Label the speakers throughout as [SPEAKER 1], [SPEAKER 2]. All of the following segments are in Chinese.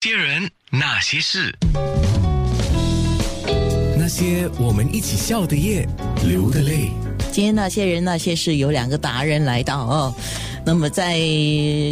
[SPEAKER 1] 些人，那些事，
[SPEAKER 2] 那些我们一起笑的夜，流的泪。
[SPEAKER 3] 今天那些人那些事有两个达人来到哦，那么在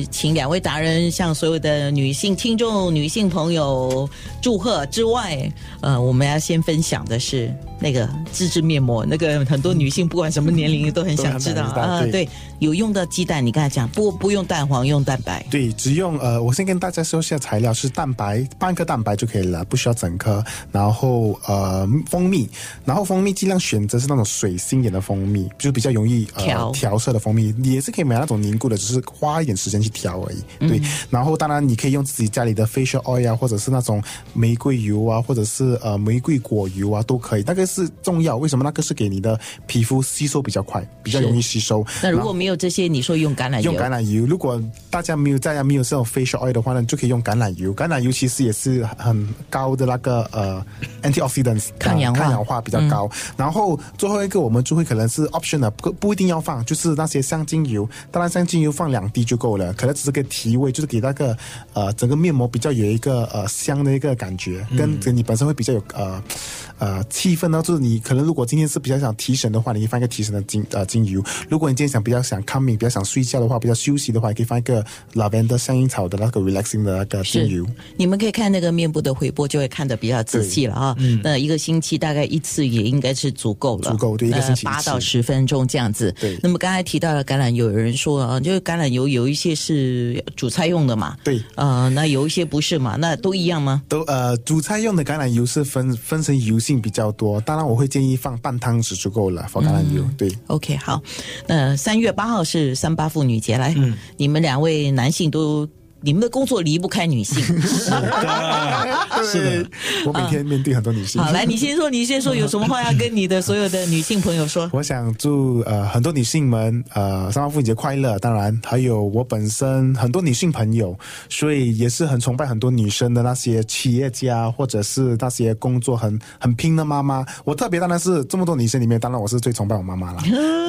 [SPEAKER 3] 请两位达人向所有的女性听众、女性朋友祝贺之外，呃，我们要先分享的是那个自制面膜，那个很多女性不管什么年龄都很想知道
[SPEAKER 4] 都很想知道
[SPEAKER 3] 啊、
[SPEAKER 4] 对
[SPEAKER 3] 对，有用到鸡蛋，你刚才讲不不用蛋黄，用蛋白，
[SPEAKER 4] 对，只用呃，我先跟大家说一下材料是蛋白，半颗蛋白就可以了，不需要整颗。然后呃，蜂蜜，然后蜂蜜尽量选择是那种水性一点的蜂蜜，就比较容易呃
[SPEAKER 3] 调
[SPEAKER 4] 调色的蜂蜜，你也是可以买那种凝固的，只是花一点时间去调而已。
[SPEAKER 3] 嗯
[SPEAKER 4] 对，然后当然你可以用自己家里的 facial oil 啊，或者是那种玫瑰油啊，或者是呃玫瑰果油啊，都可以。那个是重要，为什么？那个是给你的皮肤吸收比较快，比较
[SPEAKER 3] 是
[SPEAKER 4] 容易吸收。
[SPEAKER 3] 那如
[SPEAKER 4] 然后
[SPEAKER 3] 果没有这些，你说用橄榄油，
[SPEAKER 4] 用橄榄油。如果大家没有大家没有这种 facial oil 的话呢，你就可以用橄榄油。橄榄油其实也是很高的那个呃 antioxidants
[SPEAKER 3] 抗氧化
[SPEAKER 4] 呃抗氧化比较高。然后最后一个我们就会可能是 option 的，不不一定要放，就是那些香精油。当然香精油放两滴就够了，可能只是个提味，就是给那个呃整个面膜比较有一个呃香的一个感觉，跟跟你本身会比较有呃呃气氛呢。就是你可能如果今天是比较想提神的话，你可以放一个提神的精呃精油。如果你今天想比较想 coming，比较想睡觉的话，比较休息的话，你可以放一个 lavender 香樱草的那个 relaxing 的那个精
[SPEAKER 3] 是
[SPEAKER 4] 油。，
[SPEAKER 3] 你们可以看那个面部的回播，就会看得比较仔细了啊。那一个星期大概一次也应该是足够了，
[SPEAKER 4] 嗯
[SPEAKER 3] 呃
[SPEAKER 4] 足够对一个星期一次
[SPEAKER 3] 八到十分钟这样子。
[SPEAKER 4] 对
[SPEAKER 3] 那么刚才提到了橄榄油，有人说啊，就是橄榄油有一些是煮菜用的嘛，
[SPEAKER 4] 对
[SPEAKER 3] 呃，那有一些不是嘛，那都一样吗？
[SPEAKER 4] 都呃，煮菜用的橄榄油是分分成油性比较多，当然我会建议放半汤匙就够了，放橄榄油。对，
[SPEAKER 3] OK，好，那三月八号是三八妇女节，来，
[SPEAKER 4] 嗯
[SPEAKER 3] 你们两位男性都，你们的工作离不开女 性，
[SPEAKER 4] 是的，我每天面对很多女性。
[SPEAKER 3] 好，来，你先说，你 先说，有什么话要跟你的所有的女性朋友说？
[SPEAKER 4] 我想祝呃很多女性们呃三八妇女节快乐，当然还有我本身很多女性朋友，所以也是很崇拜很多女生的那些企业家或者是那些工作很很拼的妈妈。我特别当然是这么多女生里面，当然我是最崇拜我妈妈啦，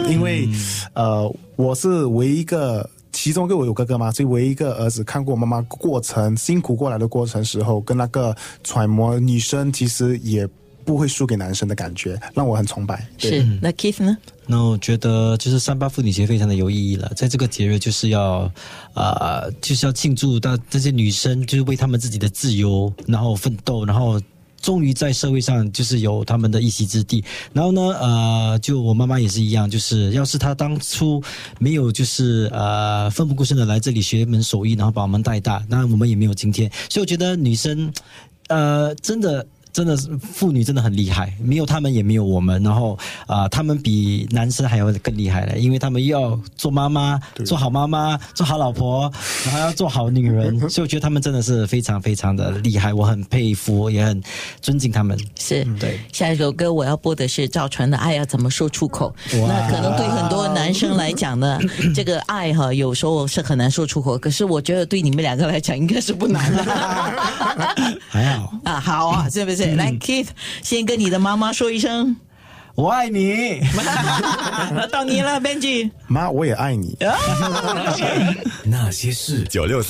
[SPEAKER 4] 因为呃我是唯一一个。其中一个我有哥哥嘛，所以唯一一个儿子看过我妈妈过程辛苦过来的过程时候，跟那个揣摩女生其实也不会输给男生的感觉，让我很崇拜。对
[SPEAKER 3] 是，那 Keith 呢？
[SPEAKER 5] 那我觉得就是三八妇女节非常的有意义了，在这个节日就是要，啊、就是要庆祝到这些女生就是为她们自己的自由，然后奋斗，然后。终于在社会上就是有她们的一席之地，然后呢，呃，就我妈妈也是一样，就是要是她当初没有就是呃奋不顾身的来这里学一门手艺，然后把我们带大，那我们也没有今天。所以我觉得女生，呃，真的真的是妇女真的很厉害，没有他们也没有我们。然后啊、他们比男生还要更厉害嘞，因为他们又要做妈妈，做好妈妈，做好老婆，然后要做好女人。所以我觉得他们真的是非常非常的厉害，我很佩服，也很尊敬他们。
[SPEAKER 3] 是
[SPEAKER 5] 对。
[SPEAKER 3] 下一首歌我要播的是赵传的《爱要怎么说出口》。
[SPEAKER 5] 哇
[SPEAKER 3] 那可能对很多男生来讲呢，这个爱哈有时候是很难说出口，可是我觉得对你们两个来讲应该是不难的。
[SPEAKER 5] 还好，
[SPEAKER 3] 啊，好啊，是不是？来，Keith，先跟你的妈妈说一声，
[SPEAKER 5] 我爱你。
[SPEAKER 3] 那到你了，Benji。
[SPEAKER 4] 妈，我也爱你。
[SPEAKER 2] 那些事，
[SPEAKER 1] 九六三。